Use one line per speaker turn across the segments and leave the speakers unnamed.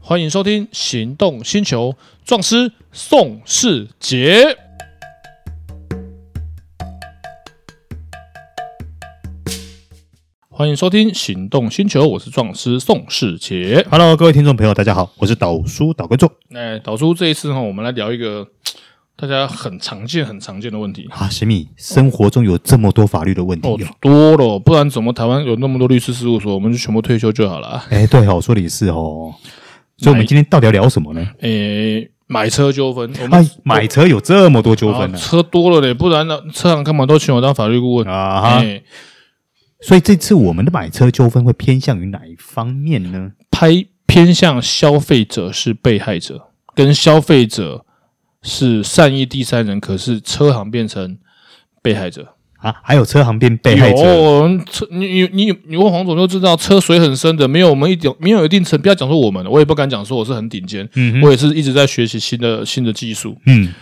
欢迎收听《行动星球》，壮师宋世杰。欢迎收听《行动星球》，我是壮师宋世杰。
Hello，各位听众朋友，大家好，我是导叔导观众
哎，导叔，这一次哈，我们来聊一个大家很常见、很常见的问题。
啊。神秘，生活中有这么多法律的问题
哦
哦。，
多了，不然怎么台湾有那么多律师事务所？我们就全部退休就好了啊。
哎、对哦，说的也是哦。所以我
买
们今天到底要聊什么呢？
诶，哎买车纠纷，我们
哎，买车有这么多纠纷
啊
呢
车多了嘞，不然呢，车行干嘛都请我当法律顾问？
啊哈！
哎，
所以这次我们的买车纠纷会偏向于哪一方面呢？
拍偏向消费者是被害者，跟消费者是善意第三人，可是车行变成被害者。
啊，还有车行变被害者
有车，你你你你问黄总就知道，车水很深的，没有我们一点没有一定程，不要讲说我们了，我也不敢讲说我是很顶尖，
嗯
我也是一直在学习新的新的技术，
嗯，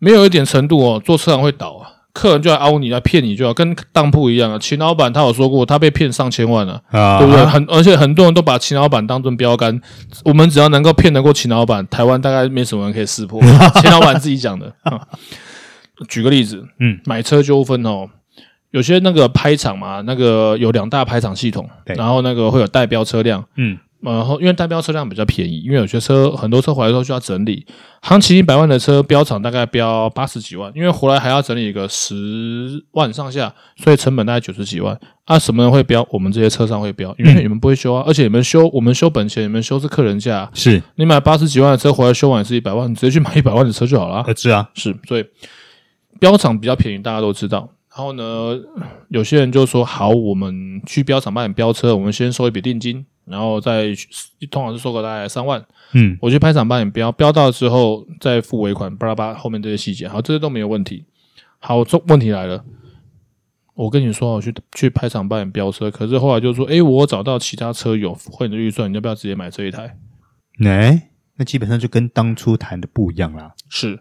没有一点程度哦，做车行会倒啊。客人就来凹你，来骗你就要跟当铺一样啊。秦老板他有说过，他被骗上千万了、啊。
啊，
对不对？很而且很多人都把秦老板当成标杆，我们只要能够骗得过秦老板，台湾大概没什么人可以识 破。秦老板自己讲的、嗯举个例子，
嗯，
买车纠纷哦，有些那个拍场嘛，那个有两大拍场系统，
对
然后那个会有代标车辆。
嗯，
然后因为代标车辆比较便宜，因为有些车很多车啊回来之后需要整理，行情一百万的车标厂大概标嗯八十几万，因为回来还要整理一个十万上下，所以成本大概九十几万。啊，什么人会标？我们这些车商会标，因为你们不会修啊，而且你们修，我们修本钱，你们修是客人价，
是
你买八十几万的车回来修完也是一百万，你直接去买一百万的车就好了啊。
儿子啊，
是，所以标厂比较便宜，大家都知道。然后呢，有些人就说好，我们去标厂帮你标车，我们先收一笔定金，然后再去通常是收个大概三万，
嗯
我去拍场帮你标，标到之后再付尾款，巴拉巴拉后面这些细节，好，这些都没有问题。好，这问题来了，我跟你说，我去去拍场帮你标车，可是后来就说，诶，我找到其他车友符合你的预算，你要不要直接买这一台？
哎、那基本上就跟当初谈的不一样啦。
是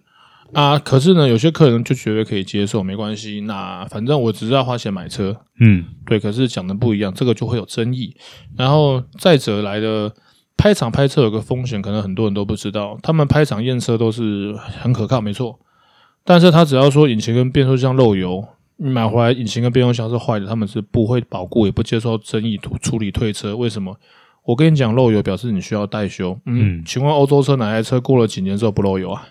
啊，可是呢，有些客人就觉得可以接受，没关系，那反正我只是要花钱买车，
嗯，
对，可是讲的不一样，这个就会有争议。然后再者来的拍场拍车有个风险，可能很多人都不知道，他们拍场验车都是很可靠，没错，但是他只要说引擎跟变速箱漏油。你买回来引擎跟变速箱是坏的，他们是不会保固，也不接受争议处处理退车。为什么？我跟你讲，漏油表示你需要代修。嗯，
嗯
请问欧洲车哪台车过了几年之后不漏油啊？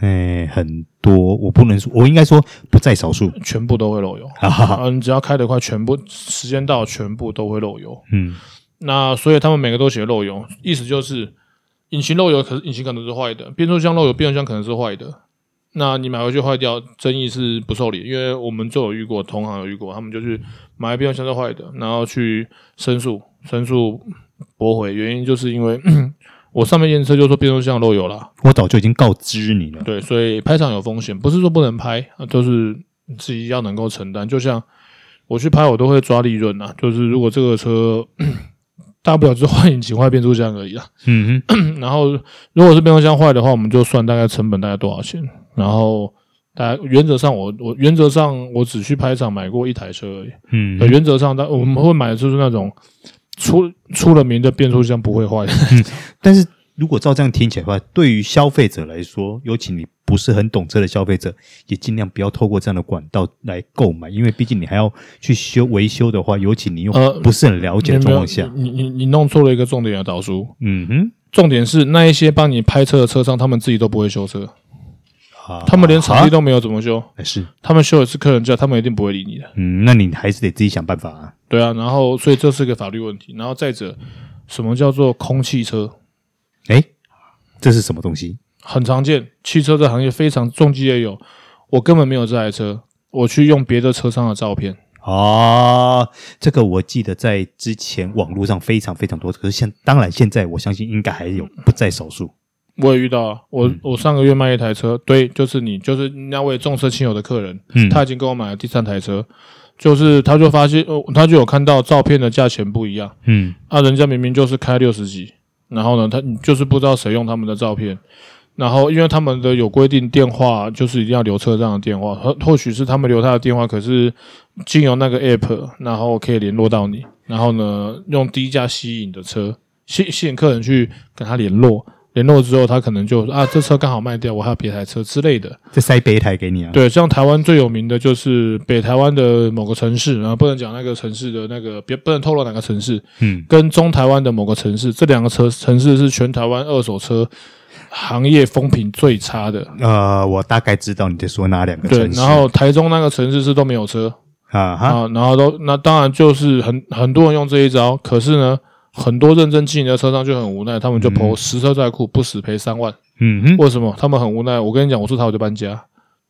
哎、很多我不能说，我应该说不在少数
全部都会漏油。
啊哈哈，
啊，你只要开得快，全部时间到，全部都会漏油。
嗯。
那所以他们每个都写漏油，意思就是引擎漏油，可是引擎可能是坏的，变速箱漏油，变速箱可能是坏的。那你买回去坏掉，争议是不受理，因为我们就有遇过，同行有遇过，他们就是买变速箱是坏的，然后去申诉，申诉驳回，原因就是因为 我上面验车就说变速箱漏油啦，
我早就已经告知你了。
对，所以拍场有风险，不是说不能拍，啊就是你自己要能够承担。就像我去拍，我都会抓利润呐、就是如果这个车大不了就是换引擎、换变速箱而已啦。
嗯哼，
然后如果是变速箱坏的话，我们就算大概成本大概多少钱，然后。大概原则上我，我原则上我只去拍场买过一台车而已。
嗯
对原则上，但我们会买的就是那种出出了名的变速箱不会坏的。
但是如果照这样听起来的话，对于消费者来说，尤其你不是很懂车的消费者，也尽量不要透过这样的管道来购买，因为毕竟你还要去修维修的话，尤其你又
呃
不是很了解的状况下，
你你你弄错了一个重点啊，导叔。
嗯
重点是那一些帮你拍车的车商，他们自己都不会修车，
哼，啊
他们连场地
啊
都没有怎么修，
是，
他们修的是客人价，他们一定不会理你的。
嗯，那你还是得自己想办法啊。
对啊，然后所以这是个法律问题。然后再者，什么叫做空汽车？
哎，这是什么东西？
很常见，汽车这行业非常重疾也有。我根本没有这台车，我去用别的车商的照片，
哦，这个我记得在之前网络上非常非常多，可是现当然现在我相信应该还有不在少数。
我也遇到啊。我、我上个月卖一台车，对，就是你，就是那位重色轻友的客人，
嗯
他已经跟我买了第三台车，就是他就发现，呃他就有看到照片的价钱不一样。
嗯
啊，人家明明就是开六十几，然后呢，他你就是不知道谁用他们的照片，然后因为他们的有规定电话就是一定要留车上的电话，或或许是他们留他的电话，可是经由那个 app，然后可以联络到你，然后呢，用低价吸引你的车，吸吸引客人去跟他联络，联络之后他可能就啊这车刚好卖掉，我还有别台车之类的。
再塞备胎给你啊。
对，像台湾最有名的就是北台湾的某个城市，然后不能讲那个城市的那个，别不能透露哪个城市，
嗯，
跟中台湾的某个城市，这两个车城市是全台湾二手车行业风评最差的。
呃，我大概知道你在说哪两个
对，
城市。
然后台中那个城市是都没有车
啊哈，
啊，然后都那当然就是很很多人用这一招，可是呢，很多认真经营的车商就很无奈，他们就投实车在库，不死赔三万。
嗯哼，
为什么？他们很无奈。我跟你讲，我是他我就搬家，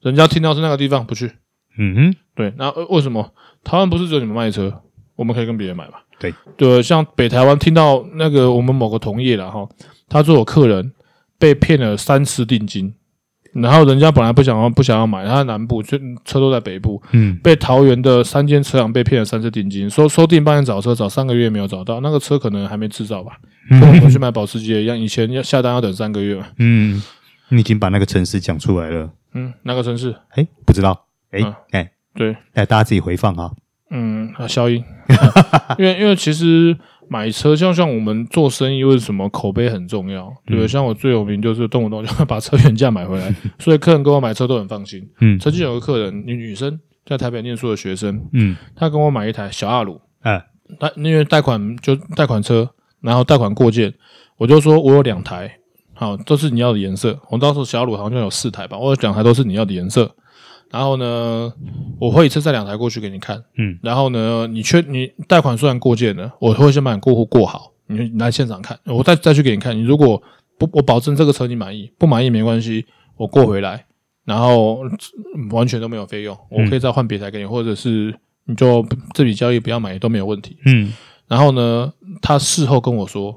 人家听到是那个地方不去。
嗯哼，
对，那呃为什么台湾不是只有你们卖车，我们可以跟别人买嘛？
对
对，像北台湾听到那个我们某个同业了哈，他说有客人被骗了三次定金，然后人家本来不想要不想要买，他在南部就车都在北部，
嗯，
被桃园的三间车厂被骗了三次定金，说说定帮你找车找三个月没有找到，那个车可能还没制造吧，跟我们去买保时捷一样，以前要下单要等三个月嘛，
嗯，你已经把那个城市讲出来了。
嗯，那个城市？
哎，不知道，哎
嗯
哎，
对，
哎，大家自己回放啊。
嗯，啊，消音，因为因为其实买车，像像我们做生意，为什么口碑很重要？对不对？像我最有名就是动不动就会 把车原价买回来，所以客人跟我买车都很放心。
嗯
曾经有个客人，女女生在台北念书的学生，
嗯，
她跟我买一台小阿鲁，
哎，
她因为贷款就贷款车，然后贷款过件，我就说我有两台，好，都是你要的颜色。我当时小阿鲁好像有四台吧，我有两台都是你要的颜色。然后呢，我会一次载两台过去给你看。
嗯，
然后呢，你确你贷款虽然过件了，我会先把你过户过好，你你来现场看，我再再去给你看。你如果不，我保证这个车你满意，不满意没关系，我过回来，然后嗯完全都没有费用，我可以再换别台给你，或者是你就这笔交易不要买都没有问题。
嗯
然后呢，他事后跟我说，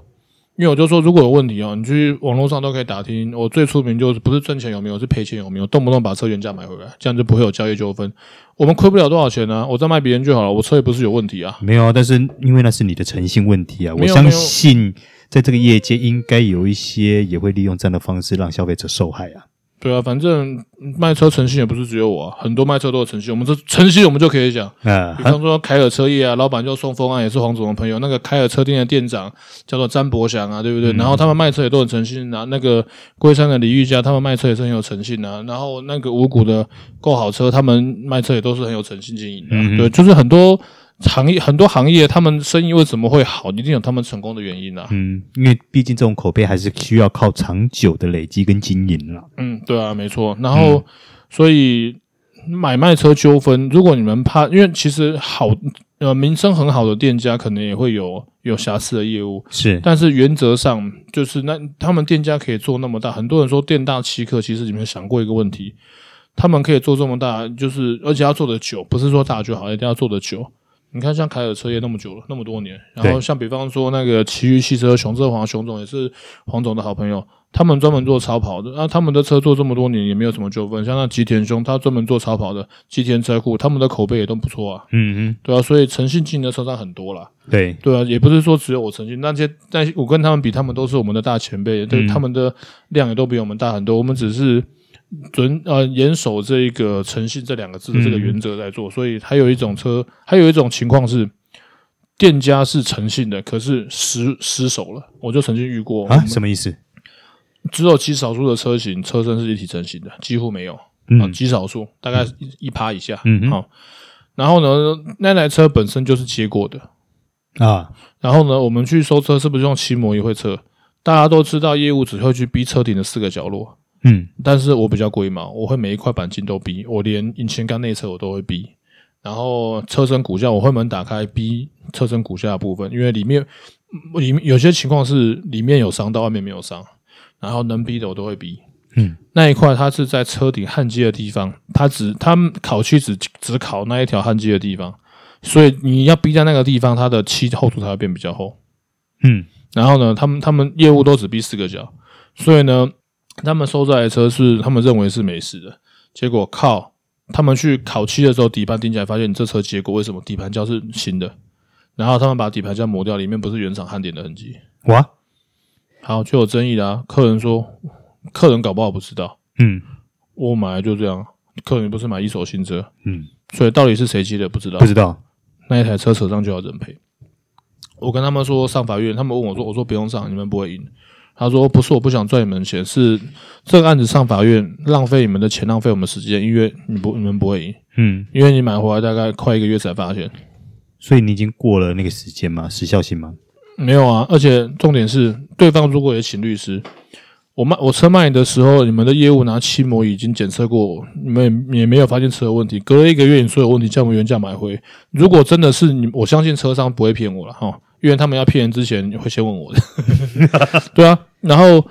因为我就说如果有问题哦，你去网络上都可以打听。我最出名就是不是赚钱有没有，是赔钱有没有，动不动把车原价买回来，这样就不会有交易纠纷。我们亏不了多少钱呢、我再卖别人就好了，我车也不是有问题啊。
没有啊，但是因为那是你的诚信问题啊，
没
我
有
相信在这个业界应该有一些也会利用这样的方式让消费者受害啊。
对啊，反正卖车诚信也不是只有我、啊，很多卖车都有诚信。我们这诚信我们就可以讲，
啊
比，方说凯尔车业啊，老板就宋峰啊，也是黄总的朋友。那个凯尔车店的店长叫做詹伯祥啊，对不
嗯
对？然后他们卖车也都很诚信啊。那个龟山的李玉佳，他们卖车也是很有诚信啊。然后那个五谷的购好车，他们卖车也都是很有诚信经营的啊、
嗯哼
对，就是很多行业，很多行业他们生意为什么会好，一定有他们成功的原因啊。
嗯，因为毕竟这种口碑还是需要靠长久的累积跟经营啦。
嗯，对啊，没错。然后，所以买卖车纠纷，如果你们怕，因为其实好呃名声很好的店家，可能也会有有瑕疵的业务。
是，
但是原则上就是那他们店家可以做那么大，很多人说店大欺客，其实你们有想过一个问题，他们可以做这么大，就是而且要做的久，不是说大就好，一定要做的久。你看，像凯尔车业那么久了，那么多年，然后
对
像比方说那个奇遇汽车，熊正煌熊总也是黄总的好朋友，他们专门做超跑的，那、他们的车做这么多年也没有什么纠纷。像那吉田兄，他专门做超跑的，吉田车库，他们的口碑也都不错啊，
嗯
对啊，所以诚信经营的车商很多啦。
嗯，对，
对啊，也不是说只有我曾经那些，但我跟他们比，他们都是我们的大前辈，
嗯
对、他们的量也都比我们大很多。我们只是准呃严守这一个诚信这两个字
嗯
的这个原则在做，所以还有一种车，还有一种情况是，店家是诚信的，可是失失手了。我就曾经遇过，我
啊，
们
什么意思？
只有极少数的车型车身是一体成型的，几乎没有。啊，
嗯
极少数，大概一一趴以下。
嗯哼
好、然后呢，那台车本身就是结果的，
啊，
然后呢，我们去收车是不是用漆膜也会测？大家都知道业务只会去逼车顶的四个角落，
嗯
但是我比较龟毛，我会每一块钣金都逼，我连引擎盖内侧我都会逼，然后车身骨架我会门打开逼车身骨架的部分，因为里面嗯里面有些情况是里面有伤到外面没有伤，然后能逼的我都会逼。
嗯，
那一块它是在车顶焊接的地方，它只它烤漆只只烤那一条焊接的地方，所以你要逼在那个地方，它的漆厚度才会变比较厚。
嗯
然后呢，他们他们业务都只逼四个角，所以呢，他们收这台车是他们认为是没事的，结果靠他们去烤漆的时候，底盘顶起来，发现你这车结果为什么底盘胶是新的，然后他们把底盘胶磨掉，里面不是原厂焊点的痕迹，
哇，
好就有争议啦、客人说，客人搞不好不知道，
嗯
我买来就这样，客人不是买一手新车，
嗯，
所以到底是谁接的不知道
不，知道
那一台车扯上就要人赔。我跟他们说上法院，他们问我说，我说不用上，你们不会赢。他说不是我不想赚你们的钱，是这个案子上法院浪费你们的钱，浪费我们时间，因为你不你们不会赢，
嗯，
因为你买回来大概快一个月才发现。
所以你已经过了那个时间嘛，时效性嘛，
没有啊，而且重点是，对方如果也请律师，我卖我车卖你的时候，你们的业务拿漆膜已经检测过，你们也也没有发现车有问题。隔了一个月，你说有问题，叫我们原价买回。如果真的是你，我相信车商不会骗我了哈，因为他们要骗人之前会先问我的。对啊，然后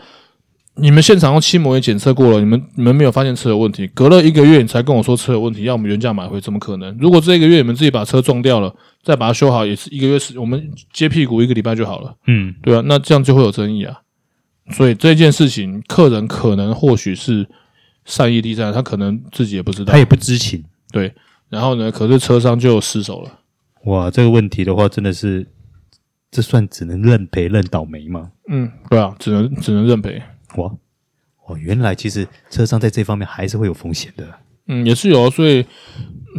你们现场用漆膜也检测过了，你们你们没有发现车有问题。隔了一个月，你才跟我说车有问题，要我们原价买回，怎么可能？如果这一个月你们自己把车撞掉了，再把它修好，也是一个月时，我们接屁股一个礼拜就好了。
嗯，
对啊，那这样就会有争议啊。所以这件事情，客人可能或许是善意地战，他可能自己也不知道
他。也不知情。
然后呢，可是车商就失手了。
哇，这个问题的话，真的是这算只能认赔认倒霉吗？
嗯，对啊，只能只能认赔。
哇，哦，原来其实车商在这方面还是会有风险的。
嗯，也是有啊，所以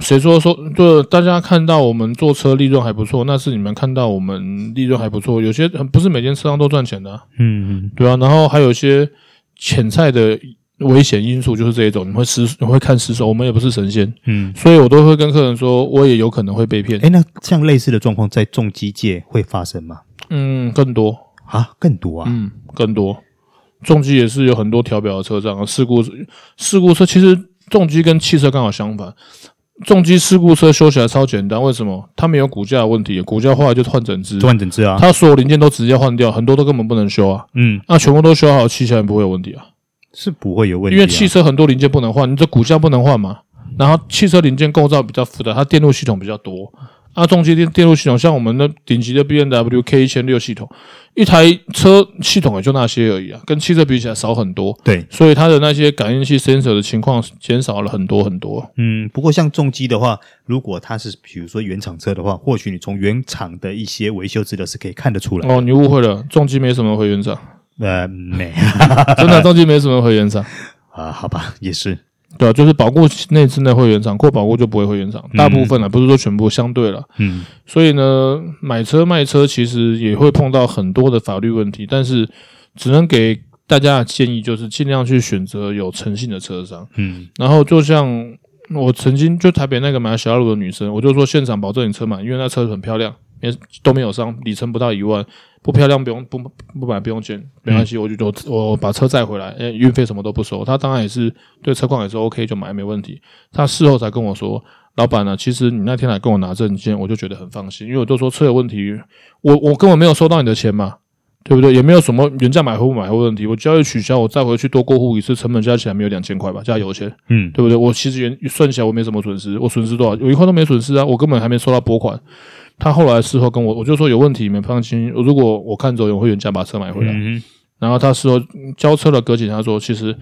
谁说说就大家看到我们做车利润还不错，那是你们看到我们利润还不错。有些不是每间车商都赚钱的啊、
嗯，
对啊。然后还有一些潜在的危险因素，就是这一种，你会失，你会看失手。我们也不是神仙，
嗯，
所以我都会跟客人说，我也有可能会被骗。
哎，那像类似的状况在重机界会发生吗？
嗯，更多，
啊，更多啊，
嗯，更多。重机也是有很多调表的车障啊，事故事故车其实重机跟汽车刚好相反，重机事故车修起来超简单，为什么？它没有骨架的问题，骨架坏了就换整只，
换整治啊，
它所有零件都直接换掉，很多都根本不能修啊。
嗯，
那全部都修好，骑起来不会有问题啊，
是不会有问题、啊
因为汽，车很多零件不能换，你这骨架不能换嘛。然后汽车零件构造比较复杂，它电路系统比较多。啊，重机电电路系统，像我们的顶级的 B N W K 一千六系统，一台车系统也就那些而已啊，跟汽车比起来少很多，
对，
所以它的那些感应器 sensor 的情况减少了很多很多。
嗯，不过像重机的话，如果它是比如说原厂车的话，或许你从原厂的一些维修资料是可以看得出来。
哦，你误会了，重机没什么回原厂，
呃，没
真的重机没什么回原厂，
啊，好吧，也是，
对啊，就是保固内置内会原厂，过保固就不会回原厂，大部分了，啊不是说全部，相对了。
嗯，
所以呢，买车卖车其实也会碰到很多的法律问题，但是只能给大家的建议就是尽量去选择有诚信的车商。
嗯，
然后就像我曾经就台北那个买小路的女生，我就说现场保证你车满，因为那车很漂亮，也都没有伤，里程不到一万，不漂亮不用不不买不用钱，没关系，我就我我把车载回来，呃运费什么都不收。她当然也是对车况也是 OK 就买没问题。她事后才跟我说。老板呢、其实你那天来跟我拿证件，我就觉得很放心，因为我就说车有问题，我我根本没有收到你的钱嘛，对不对？也没有什么原价买回不买回问题，我交易取消，我再回去多过户一次，成本加起来没有两千块吧，加油钱。
嗯，
对不对？我其实原算起来我没什么损失，我损失多少？有一块都没损失啊，我根本还没收到拨款。他后来事后跟我，我就说有问题，你们放心。如果我看走眼，我会原价把车买回来。
嗯，
然后他事后嗯交车的隔几天，他说其实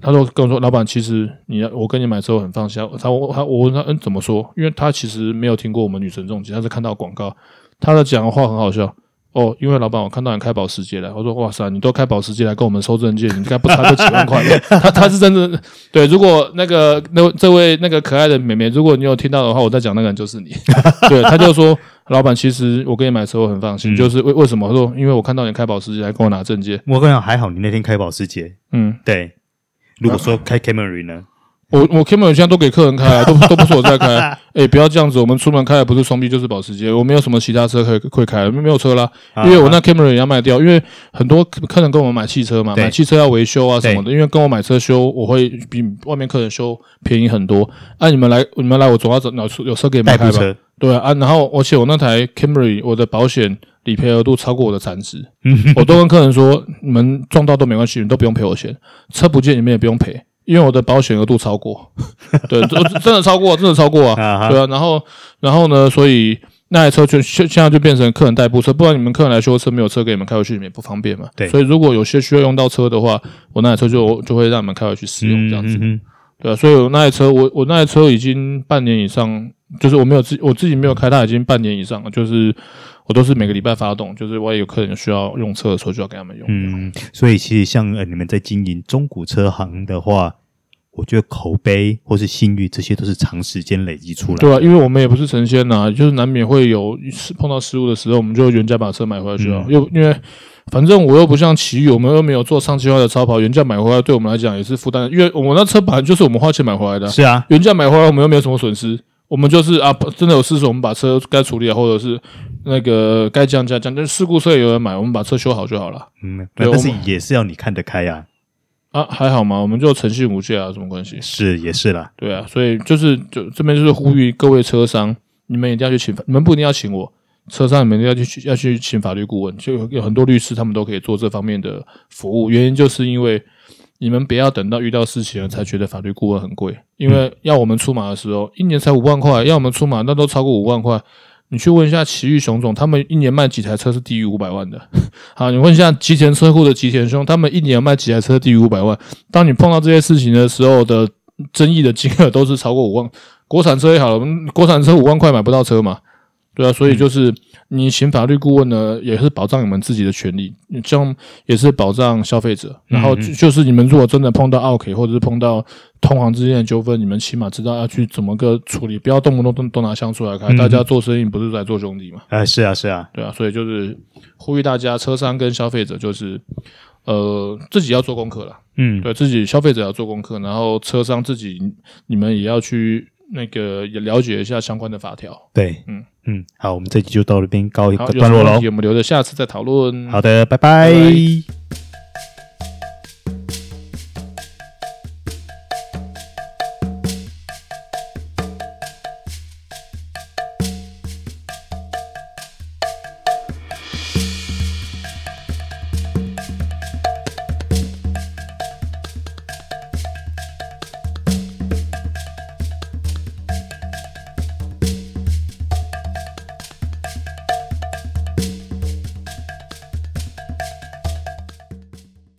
他说跟我说，老板，其实你要我跟你买车我很放心。他我他我问他嗯怎么说？因为他其实没有听过我们女神重疾，他是看到广告，他的讲的话很好笑。哦，因为老板，我看到你开保时捷来，我说哇塞，你都开保时捷来跟我们收证件，你应该不差这几万块吧？ 他他是真的对。如果那个那这位那个可爱的妹妹，如果你有听到的话，我在讲那个人就是你。 对，他就说老板，其实我给你买车我很放心，就是为为什么？他说因为我看到你开保时捷来跟我拿证件，
我跟你讲，还好你那天开保时捷，
嗯，
对，如果说开 Camry 呢，
我我 Camry 现在都给客人开啊，都都不是我在开。 哎、不要这样子，我们出门开的不是双 B 就是保时捷，我没有什么其他车可以可以开，没有车啦。
啊
因为我那 Camry 也要卖掉，因为很多客客人跟我们买汽车嘛，
对
买汽车要维修啊什么的。因为跟我买车修，我会比外面客人修便宜很多。啊，你们来你们来，我总要找有车给你
代
们
步
开吧。
车，
对啊，然后而且我那台 Camry 我的保险理赔额度超过我的产值，
嗯
我都跟客人说，你们撞到都没关系，你都不用赔我钱，车不见你们也不用赔，因为我的保险额度超过， 对，真真的超过，真的超过
啊哈
啊，对啊，然后然后呢，所以那台车就现现在就变成客人代步车，不然你们客人来修车没有车给你们开回去，你们也不方便嘛，
对
所以如果有些需要用到车的话，我那台车就就会让你们开回去使用这样子。
嗯嗯
对啊，所以我那台车，我我那台车已经半年以上，就是我没有自我自己没有开，它已经半年以上了，就是我都是每个礼拜发动，就是万一有客人需要用车的
嗯
嗯时候，就要给他们用。
嗯，所以其实像呃你们在经营中古车行的话，我觉得口碑或是信誉，这些都是长时间累积出来的。
对啊，因为我们也不是神仙呐、就是难免会有碰到失误的时候，我们就原价把车买回来就好。又因为反正我又不像奇遇，我们又没有做上计划的超跑，原价买回来对我们来讲也是负担，因为我们那车本来就是我们花钱买回来的啊、
是啊，
原价买回来我们又没有什么损失。我们就是啊，真的有事故，我们把车该处理好，或者是那个该降价降，但是事故车也有人买，我们把车修好就好了
嗯，
对
但是
我们
也是要你看得开啊，
啊，还好嘛，我们就诚信无价啊，有什么关系？
是也是啦，
对啊，所以就是就这边就是呼吁各位车商，你们一定要去请，你们不一定要请我，车商你们一定要去要去请法律顾问，就有有很多律师他们都可以做这方面的服务。原因就是因为你们不要等到遇到事情了才觉得法律顾问很贵，因为要我们出马的时候，一年才五万块，要我们出马那都超过五万块。你去问一下奇遇熊总，他们一年卖几台车是低于五百万的？ 好，你问一下吉田车库的吉田兄，他们一年卖几台车低于五百万？当你碰到这些事情的时候的争议的金额都是超过五万，国产车也好了，我们国产车五万块买不到车嘛，对啊，所以就是你请法律顾问呢，也是保障你们自己的权利，这样也是保障消费者。然后就就是你们如果真的碰到 OK 或者是碰到同行之间的纠纷，你们起码知道要去怎么个处理，不要动不动都都拿香出来开，大家做生意不是在做兄弟嘛。
啊、是啊，是啊，
对啊，所以就是呼吁大家，车商跟消费者就是，呃，自己要做功课啦，
嗯，
对自己消费者要做功课，然后车商自己你们也要去那个也了解一下相关的法条。
对，
嗯
嗯嗯，好，我们这集就到这边告一
好，
个
有什
段
么
落
问
喽
题。我们留着下次再讨论。
好的，
拜
拜
拜
拜